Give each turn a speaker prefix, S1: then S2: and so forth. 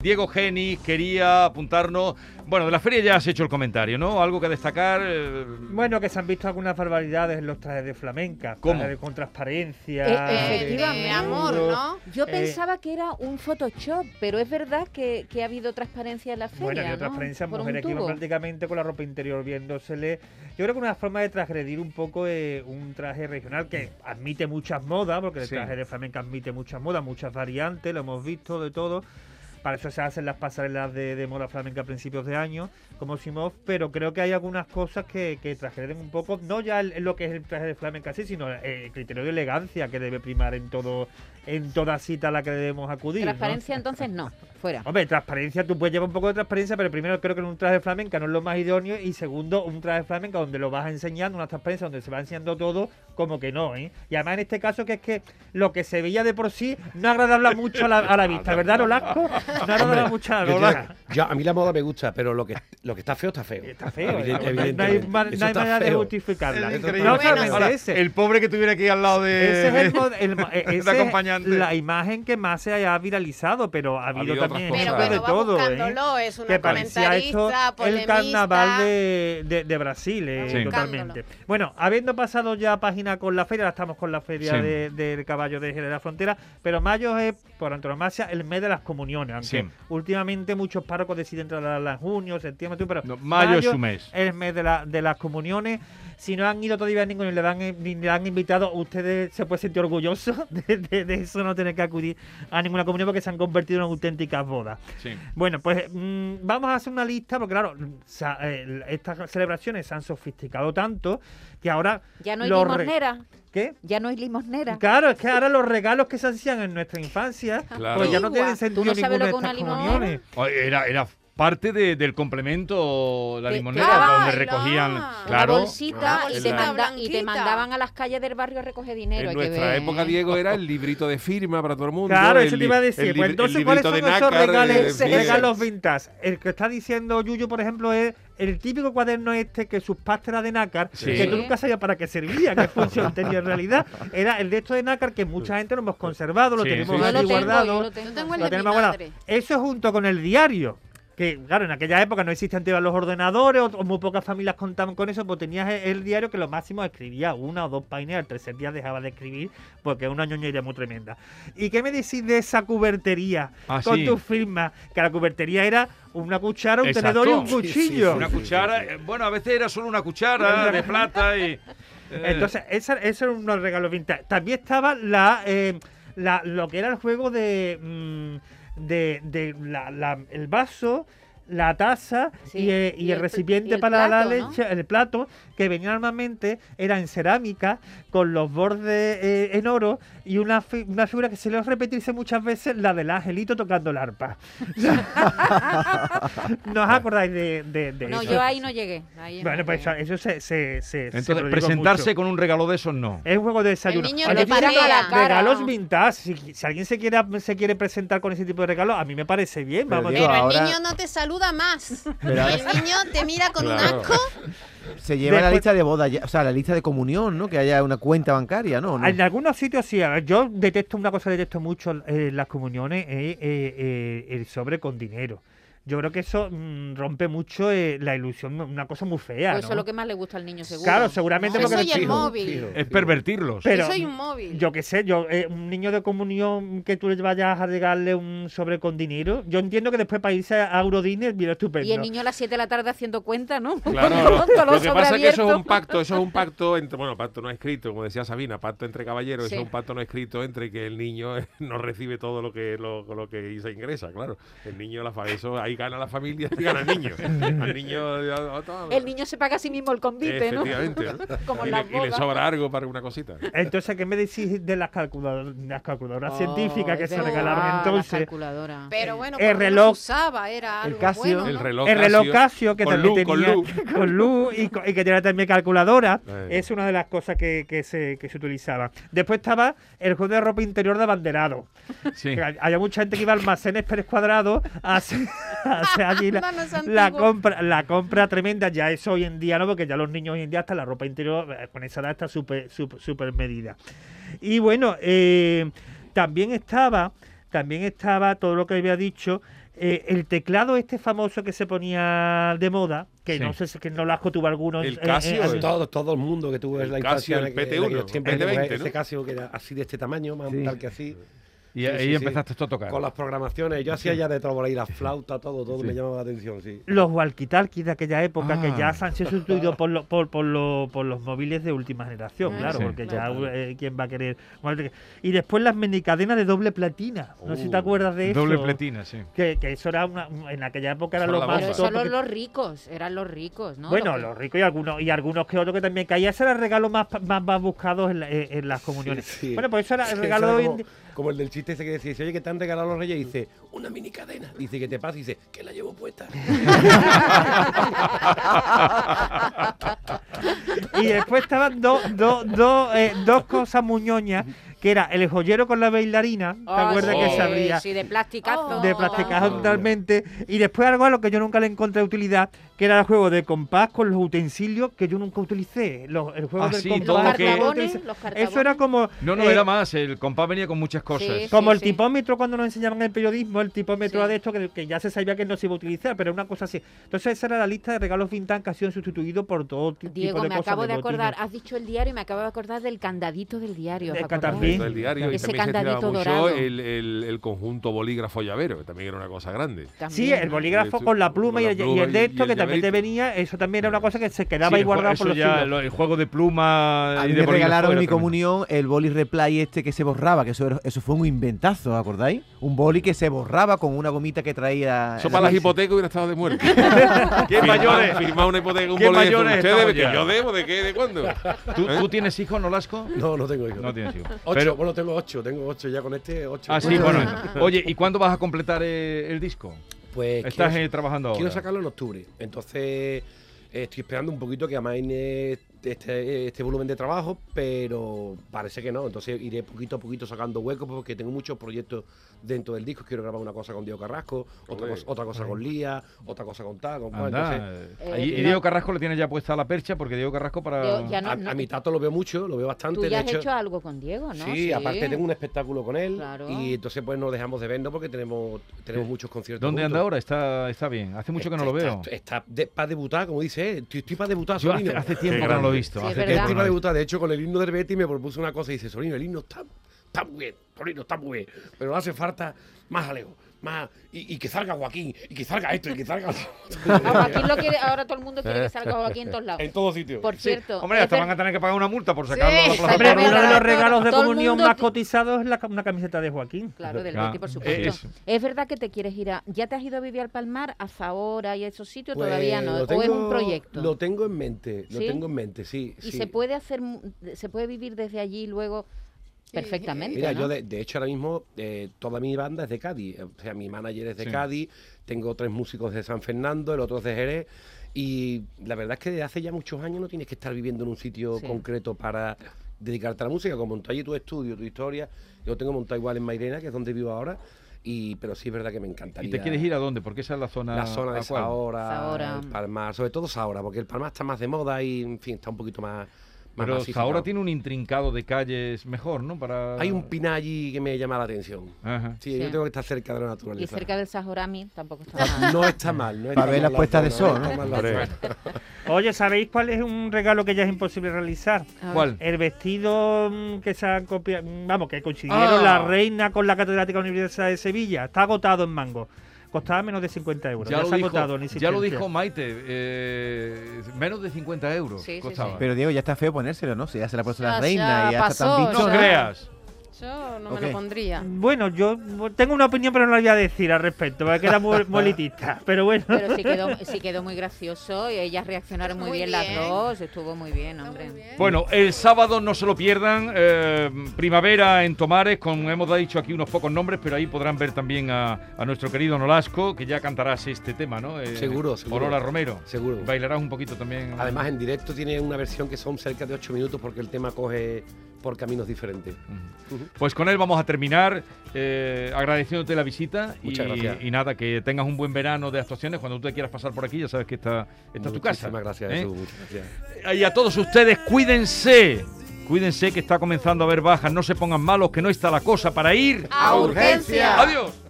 S1: Diego Geni quería apuntarnos, bueno, de la feria ya has hecho el comentario, ¿no? Algo que destacar. eh,
S2: Bueno, que se han visto algunas barbaridades en los trajes de flamenca.
S1: ¿Cómo?
S2: Trajes de- con transparencia.
S3: Eh, eh,
S2: de-
S3: efectivamente.
S4: amor, ¿no?
S3: Yo
S2: Eh,
S3: pensaba que era un Photoshop, pero es verdad que, que ha habido transparencia en la feria.
S2: Bueno, y
S3: ¿no?
S2: otras transparencias,
S3: Por un
S2: mujeres que iban
S3: tubo.
S2: prácticamente con la ropa interior viéndosele. Yo creo que una forma de transgredir un poco eh, un traje regional que admite muchas modas, porque el
S1: Sí.
S2: traje de flamenca admite muchas modas, muchas variantes, lo hemos visto de todo. Para eso se hacen las pasarelas de, de moda flamenca a principios de año, como Simov, pero creo que hay algunas cosas que, que transgreden un poco, no ya el- lo que es el traje de flamenca así, sino eh, el criterio de elegancia que debe primar en todo en toda cita a la que debemos acudir. ¿no?
S3: Transparencia entonces no, fuera.
S2: Hombre, transparencia, tú puedes llevar un poco de transparencia, pero primero creo que en un traje flamenca no es lo más idóneo y segundo, un traje flamenca donde lo vas enseñando, una transparencia donde se va enseñando todo, como que no, ¿eh? Y además en este caso que es que lo que se veía de por sí no agradaba mucho a la, a la vista, ¿verdad, Olasco? No agradaba mucho a la
S5: Yo
S2: vista.
S5: te- yo- a mí la moda me gusta, pero lo que, lo que está feo está feo.
S2: Está feo,
S5: Evidente-
S2: ¿eh? No hay- no hay,
S5: evidentemente.
S2: ma- no
S5: Eso
S2: hay
S5: está
S2: manera de
S5: feo.
S2: justificarla.
S1: Es
S2: No
S4: increíble.
S2: solamente
S4: Ahora,
S2: ese.
S1: El pobre que tuviera aquí al lado de.
S2: Ese es el
S1: de-
S2: mod- el mo- eh, esa es
S1: acompañante.
S2: la imagen que más se ha viralizado, pero ha habido,
S1: habido otras
S2: también
S1: cosas.
S4: Pero
S2: ejemplos
S1: Claro.
S4: bueno,
S2: de
S4: va
S2: todo, ¿eh?
S4: buscándolo, es una
S2: que parecía esto
S4: comentarista,
S2: el
S4: polemista.
S2: carnaval de, de- de Brasil, eh,
S1: Sí.
S2: totalmente. Bueno, habiendo pasado ya página con la feria, ahora estamos con la feria
S1: Sí.
S2: de- del caballo de Jerez de la Frontera, pero mayo es, por antonomasia, el mes de las comuniones, aunque
S1: Sí.
S2: últimamente muchos párrocos deciden trasladarla en junio, septiembre, octubre, pero
S1: No, mayo es su mes.
S2: es el mes de, la- de las comuniones. Si no han ido todavía a ninguno y le, dan- ni le han invitado, ustedes se pueden sentir orgullosos de, de- de eso, no tener que acudir a ninguna comunión porque se han convertido en auténticas bodas.
S1: Sí.
S2: Bueno, pues mm, vamos a hacer una lista, porque claro, mm, sa- eh, estas celebraciones se han sofisticado tanto que ahora...
S3: Ya no hay
S2: los re-
S3: limosnera,
S2: ¿Qué?
S3: ya no hay limosnera.
S2: Claro, es que ahora los regalos que se hacían en nuestra infancia,
S1: Claro.
S2: pues ya no
S3: Antigua.
S2: tienen sentido
S3: ¿Tú no sabes
S2: ninguno de
S3: lo que
S2: estas
S3: una limonada?
S2: comuniones.
S1: Oh, Era, era parte de- del complemento, la
S3: Que-
S1: limonera,
S3: claro.
S1: donde recogían.
S4: Ay, la
S3: Una
S1: Claro.
S3: bolsita,
S4: Una
S3: y, te
S4: bolsita
S3: manda- y te
S4: blanquita.
S3: mandaban a las calles del barrio a recoger dinero.
S6: Ah, En
S3: hay que
S6: nuestra
S3: ver,
S6: época,
S3: ¿eh?
S6: Diego, era el librito de firma para todo el mundo.
S2: Claro,
S6: el
S2: eso te
S6: li-
S2: iba a decir.
S6: el
S2: Pues
S6: libr-
S2: entonces,
S6: el
S2: ¿cuáles
S6: librito
S2: son
S6: de
S2: esos
S6: nácar, eh,
S2: regales,
S6: en fin.
S2: regalos vintage? El que está diciendo Yuyu, por ejemplo, es el típico cuaderno este que sus era de nácar,
S1: Sí.
S2: que tú nunca sabías para qué servía, qué función tenía en realidad. Era el de esto de nácar que mucha gente lo hemos conservado, lo
S1: Sí,
S2: tenemos
S1: sí,
S3: Yo
S2: ahí
S3: lo tengo,
S2: guardado.
S3: yo lo
S4: Yo
S3: tengo.
S4: tengo el
S2: Lo
S4: de mi
S2: tenemos guardado.
S4: madre.
S2: Eso junto con el diario. Que claro, en aquella época no existían todavía los ordenadores, o, o muy pocas familias contaban con eso, pues tenías el, el diario que lo máximo escribía una o dos páginas, al tercer día dejaba de escribir, porque es una ñoñería muy tremenda. ¿Y qué me decís de esa cubertería
S1: Ah,
S2: con
S1: sí.
S2: tus firmas? Que la cubertería era una cuchara, un
S1: Exacto.
S2: tenedor y un
S1: Sí, sí,
S2: cuchillo.
S1: Una cuchara. eh, Bueno, a veces era solo una cuchara de plata y. eh,
S2: Entonces, esa, eso era unos regalos vintage. También estaba la, eh, la- lo que era el juego de, mm, de, de la- la- el vaso, la taza
S3: Sí,
S2: y, eh, y
S3: y
S2: el,
S3: el pl-
S2: recipiente
S3: y el
S2: para la
S3: plato, ¿no?
S2: leche, el plato, que venía normalmente, era en cerámica, con los bordes eh, en oro y una, fi- una figura que se le repetirse muchas veces, la del angelito tocando la arpa. ¿No os acordáis de, de- de
S3: No,
S2: eso?
S3: yo ahí no llegué. ahí no
S2: Bueno, pues
S3: llegué.
S2: eso se... se, se- se
S1: Entonces,
S2: prohíbe
S1: presentarse
S2: mucho.
S1: con un regalo de esos no.
S2: Es un juego de desayuno.
S4: El niño
S2: Os
S4: lo
S2: estoy
S4: patea.
S2: diciendo
S4: la
S3: cara,
S2: regalos
S3: ¿no?
S2: vintage. Si, si alguien se quiere, se quiere presentar con ese tipo de regalos, a mí me parece bien.
S5: Pero
S2: Vamos,
S5: Diego,
S4: Pero
S2: yo-
S4: el
S5: ahora-
S4: niño no te saluda más.
S5: Pero ahora-
S4: El niño te mira con un
S6: Claro.
S4: asco.
S5: Se lleva la
S2: Después-
S5: lista de boda, ya- o sea, la lista de comunión, ¿no? Que haya una cuenta bancaria, ¿no? ¿No?
S2: En algunos sitios sí. A ver, Yo detesto una cosa, detesto mucho eh, las comuniones, eh, eh, eh, el sobre con dinero. Yo creo que eso mm, rompe mucho eh, la ilusión, una cosa muy fea.
S3: Pues eso
S2: ¿no?
S3: es lo que más le gusta al niño, seguro.
S2: Claro, seguramente
S4: Yo
S2: porque
S4: soy el
S5: Fijo,
S4: móvil.
S5: fijo,
S1: Es
S5: fijo.
S1: pervertirlos.
S2: Pero-
S4: Yo soy un móvil.
S2: Yo qué sé, yo eh, un niño de comunión que tú le vayas a regalarle un sobre con dinero, yo entiendo que después para irse a Eurodiner viene estupendo.
S3: Y el niño a las 7 de la tarde haciendo cuenta, ¿no?
S6: Claro,
S3: Con todos
S6: lo,
S3: los
S6: que pasa es que eso es un
S3: sobreabiertos.
S6: pacto, eso es un pacto entre, bueno, pacto no escrito, como decía Sabina, pacto entre caballeros,
S3: Sí.
S6: eso es un pacto no escrito entre que el niño no recibe todo lo que lo, lo que se ingresa, claro. El niño, la fa- eso ahí gana la familia y gana el niño. Al niño, ya- ah, toma.
S3: El niño se paga a sí mismo el convite, ¿no?
S6: Efectivamente,
S3: Como
S6: y,
S3: en las
S6: le, y le
S3: bodas.
S6: sobra algo para una cosita.
S2: Entonces, ¿qué me decís de las calculadoras, las calculadoras
S3: Oh,
S2: científicas que
S3: es
S2: se
S3: verdad,
S2: regalaron
S3: la
S2: entonces?
S3: calculadora.
S4: Pero bueno,
S2: El
S4: por lo menos
S2: reloj.
S4: se usaba, era
S5: El
S4: algo
S5: Casio.
S4: bueno, ¿no?
S6: El reloj,
S2: El reloj Casio, que
S6: con
S2: también
S6: luz, con
S2: tenía
S6: luz.
S2: con luz y, co- y que tenía también calculadora,
S6: Eh.
S2: es una de las cosas que, que se, que se utilizaba. Después estaba el juego de ropa interior de abanderado.
S1: Sí.
S2: Que hay- Había mucha gente que iba a almacenes Pérez Cuadrado a hacer, a hacer allí la,
S4: Anda, no es antiguo.
S2: la compra, la compra tremenda. Ya eso hoy en día no, porque ya los niños hoy en día hasta la ropa interior eh, con esa edad está súper súper súper medida. Y bueno, eh, también estaba, también estaba todo lo que había dicho. eh, el teclado este famoso que se ponía de moda, que
S1: Sí.
S2: no sé si que no lo has tuvo alguno.
S6: El
S2: en- eh, en-
S6: Casio,
S2: en-
S6: el-
S7: Todo, todo el mundo que tuvo
S6: El
S7: la
S6: Casio,
S7: infancia
S6: el PT1, el de 20, ¿no?
S7: Este Casio que era así de este tamaño, más
S5: Sí.
S7: tal que así.
S1: Y
S7: Sí,
S1: ahí
S7: sí, sí.
S1: empezaste tú a tocar.
S7: Con las programaciones, yo hacía ya de todo por ahí, la flauta, todo, todo me llamaba la atención, sí.
S2: los walkie-talkies de aquella época que
S1: Ah.
S2: ya se han sido sustituidos por, lo- por, por, lo- por los móviles de última generación,
S4: Ah,
S2: claro,
S1: sí,
S2: porque
S4: claro.
S2: ya eh, quién va a querer. Y después las mendicadenas de doble platina, no sé si te
S6: Uh,
S2: acuerdas de eso.
S1: Doble platina, sí.
S2: Que, que eso era una, un- en aquella época era
S6: Eso
S2: lo
S6: era la
S2: más
S4: Pero
S6: bomba.
S2: top
S4: solo
S2: que-
S4: los ricos, eran los ricos, ¿no?
S2: bueno,
S4: Los
S2: los ricos y algunos y algunos que otros que también caía, ese era el regalo más, pa- más, más buscado en, la- en- en las comuniones.
S7: Sí, sí.
S2: Bueno, pues eso era
S7: Sí,
S2: el
S7: eso
S2: regalo
S7: era
S2: de hoy en
S7: como,
S2: día.
S7: como el del chiste ese que decía, dice, oye, que te han regalado los reyes, y dice, una mini cadena. Dice, que te pasa? Y dice, que la llevo puesta.
S2: Y después estaban dos dos dos, eh, dos cosas muñoñas, que era el joyero con la bailarina, ¿te
S4: Ah,
S2: acuerdas
S4: sí,
S3: Oh,
S2: que se abría?
S4: Sí, de plasticazo.
S2: de
S4: Oh.
S2: plasticazo
S7: Oh.
S2: totalmente. Y después algo a lo que yo nunca le encontré utilidad, que era el juego de compás con los utensilios que yo nunca utilicé. Los- el juego
S1: Ah,
S2: del
S1: sí,
S2: compás.
S1: todo
S4: Los
S1: lo que-
S2: nunca
S4: cartabones,
S2: utilicé.
S4: los cartabones.
S2: Eso era como.
S1: No, no,
S2: eh,
S1: era más. El compás venía con muchas cosas.
S4: Sí.
S2: Como el tipómetro cuando nos enseñaban el periodismo, el tipómetro
S4: Sí.
S2: era de esto que, que ya se sabía que no se iba a utilizar, pero una cosa así. Entonces esa era la lista de regalos Vintan que ha sido sustituido por todo ti- tipo
S3: Diego,
S2: de
S3: me
S2: cosas.
S3: acabo
S2: de
S3: de acordar,
S2: botines.
S3: has dicho el diario y me acabo de acordar del candadito del diario. ¿os
S2: Del
S3: acordáis?
S2: catardí.
S6: Del diario, y
S3: Ese
S6: también se estiraba
S3: candadito
S6: mucho
S3: dorado.
S6: el, el- el conjunto bolígrafo llavero, que también era una cosa grande.
S3: También.
S2: Sí, el bolígrafo
S6: Eso,
S2: con la pluma,
S6: con la
S2: y, el, y
S6: pluma
S2: el de
S6: y-
S2: esto
S6: y el
S2: que también te
S6: llaverito.
S2: venía, eso también era una cosa que se
S1: Sí,
S2: quedaba ahí
S1: el jue-
S2: guardada
S1: eso
S2: por los
S1: ya,
S2: siglos.
S1: lo- el juego de pluma
S5: A
S1: y de
S5: mí me
S1: bolígrafo
S5: regalaron en
S1: era
S5: mi
S1: tremendo.
S5: comunión el boli replay este que se borraba, que eso, era- eso fue un inventazo, ¿acordáis? Un boli que se borraba con una gomita que traía...
S6: Eso
S5: la
S6: para las
S5: bici.
S6: hipotecas hubiera estado de muerte.
S1: ¿Quién mayores?
S6: Firmar una hipoteca, un
S1: ¿Qué
S6: boleto.
S1: mayores
S6: ¿Ustedes
S1: estamos
S6: de
S1: ya?
S6: qué yo debo? ¿De qué? ¿De cuándo?
S1: ¿Tú, tú tienes hijos, Nolasco?
S7: No, no tengo hijos.
S1: No tienes hijos.
S7: Ocho,
S1: Pero,
S7: bueno, tengo ocho, tengo ocho, ya con este ocho.
S1: ah, sí, bueno. Oye, ¿y cuándo vas a completar eh, el disco?
S7: Pues
S1: Estás
S7: quiero,
S1: eh, trabajando ahora.
S7: quiero sacarlo en octubre. Entonces, eh, estoy esperando un poquito que amaine este, este volumen de trabajo, pero parece que no. Entonces, iré poquito a poquito sacando huecos porque tengo muchos proyectos dentro del disco. Quiero grabar una cosa con Diego Carrasco, otra
S6: Olé.
S7: cosa, otra cosa con Lía, otra cosa con tal, con cual. Entonces,
S1: Anda.
S3: Eh,
S1: ahí- y
S3: no.
S1: Diego Carrasco le tiene ya puesta la percha porque Diego Carrasco para...
S3: Yo ya no-
S7: a,
S3: no-
S7: a mi tato lo veo mucho, lo veo bastante.
S3: Tú
S7: de
S3: ya has hecho... algo con Diego, ¿no?
S7: Sí, aparte tengo un espectáculo con él
S3: Claro.
S7: y entonces pues no dejamos de vernos porque tenemos tenemos muchos conciertos.
S1: ¿Dónde anda
S7: juntos.
S1: ahora? Está, está bien. Hace mucho que no lo
S7: Está-
S1: veo.
S7: Está, para debutar, como dice, él. estoy, para debutar,
S1: Yo hace,
S7: Solino.
S1: hace tiempo que no lo he
S6: grande.
S1: visto.
S3: Sí, es
S1: hace
S3: verdad.
S1: tiempo que no lo
S7: Estoy para
S1: he visto.
S7: debutar. De hecho, con el himno del Betis me propuso una cosa y dice, Solino, el himno está, está muy bien, Solino, está muy bien, pero hace falta más alego, más, y, y que salga Joaquín, y que salga esto, y que salga...
S3: A Joaquín lo quiere, ahora todo el mundo quiere que salga aquí en todos lados.
S7: en todo sitio.
S3: Por cierto.
S1: Hombre,
S3: es
S1: hasta
S3: ver-
S1: van a tener que pagar una multa por sacarlo a la plaza.
S2: Hombre,
S3: Exactamente.
S2: uno de los regalos de
S3: Todo el
S2: comunión
S3: mundo
S2: más
S3: ti-
S2: cotizados es la ca- una camiseta de Joaquín.
S3: Claro, del
S1: Ah,
S3: Betis, por
S1: eh,
S3: supuesto.
S1: eso.
S3: Es verdad que te quieres ir a... ¿Ya te has ido a vivir al Palmar, a Zahora y a esos sitios?
S7: Pues,
S3: Todavía no. ¿O
S7: lo
S3: es un
S7: tengo-
S3: proyecto?
S7: Lo tengo en mente, lo
S3: ¿Sí?
S7: tengo en mente, sí.
S3: Y
S7: sí.
S3: se puede hacer, mu- se puede vivir desde allí luego perfectamente.
S7: Mira,
S3: ¿no?
S7: yo de, de hecho ahora mismo eh, toda mi banda es de Cádiz. O sea, mi manager es de
S1: Sí.
S7: Cádiz, tengo tres músicos de San Fernando, el otro es de Jerez. Y la verdad es que desde hace ya muchos años no tienes que estar viviendo en un sitio
S3: Sí.
S7: concreto para dedicarte a la música, como montar allí tu estudio, tu historia. Yo tengo montado igual en Mairena, que es donde vivo ahora, y pero sí es verdad que me encantaría.
S1: ¿Y te quieres ir a dónde? Porque esa es la zona...
S7: La zona de
S1: ¿a cuál?
S7: Sahora,
S3: Sahora.
S7: el Palmar, sobre todo Sahora, porque el Palmar está más de moda y, en fin, está un poquito más... más
S1: Pero
S7: macizo,
S1: ahora
S7: claro.
S1: tiene un intrincado de calles mejor, ¿no? Para...
S7: Hay un pinar allí que me llama la atención.
S1: Ajá.
S7: Sí,
S3: Sí.
S7: yo tengo que estar cerca de la
S3: Y
S7: naturaleza.
S3: cerca del Sahorami tampoco está mal.
S7: No está mal, no está
S5: Para ver
S7: mal
S5: las
S7: la
S5: puestas de
S7: zona,
S5: sol, ¿no?
S7: está mal la
S6: Hombre.
S7: zona.
S2: Oye, ¿sabéis cuál es un regalo que ya es imposible realizar?
S3: A ver.
S1: ¿Cuál?
S2: El vestido mm, que se han copiado, vamos, que consiguieron
S1: Ah.
S2: la reina con la catedrática Universidad de Sevilla. Está agotado en mango. Costaba menos de 50 euros. Ya,
S1: Ya, lo
S2: se ha
S1: dijo,
S2: agotado en
S1: ya lo
S2: existencia.
S1: dijo Maite, eh, menos de 50 euros
S4: Sí, sí,
S1: costaba.
S4: sí.
S5: Pero Diego, ya está feo ponérselo, ¿no? Si ya se la ha puesto
S4: Ya,
S5: la
S4: ya
S5: reina y ya está
S4: pasó,
S5: tan
S1: no
S5: visto.
S4: ya.
S1: creas.
S4: Yo no me
S5: Ok.
S4: lo pondría.
S2: Bueno, yo tengo una opinión, pero no la voy a decir al respecto, porque era muy, muy elitista. Pero bueno.
S3: Pero sí quedó, sí quedó muy gracioso y ellas reaccionaron muy,
S4: Muy
S3: bien, las
S4: bien.
S3: dos. Estuvo muy bien,
S4: Está
S3: hombre.
S4: muy bien.
S1: Bueno, el sábado no se lo pierdan, eh, primavera en Tomares, con hemos dicho aquí unos pocos nombres, pero ahí podrán ver también a, a nuestro querido Nolasco, que ya cantarás este tema, ¿no? Eh,
S7: Seguro, seguro.
S1: Aurora Romero.
S7: Seguro.
S1: Bailarás un poquito también.
S7: Además, en directo tiene una versión que son cerca de 8 minutos porque el tema coge por caminos diferentes.
S1: Pues con él vamos a terminar eh, agradeciéndote la visita y,
S7: Muchas gracias.
S1: y nada, que tengas un buen verano de actuaciones. Cuando tú te quieras pasar por aquí, ya sabes que esta, esta es tu casa.
S7: Muchísimas gracias,
S1: ¿eh?
S7: Jesús, muchas gracias.
S1: Y a todos ustedes, cuídense.
S4: Ah.
S1: Cuídense que está comenzando a haber bajas, no se pongan malos, que no está la cosa para ir.
S4: ¡A urgencia!
S1: Adiós.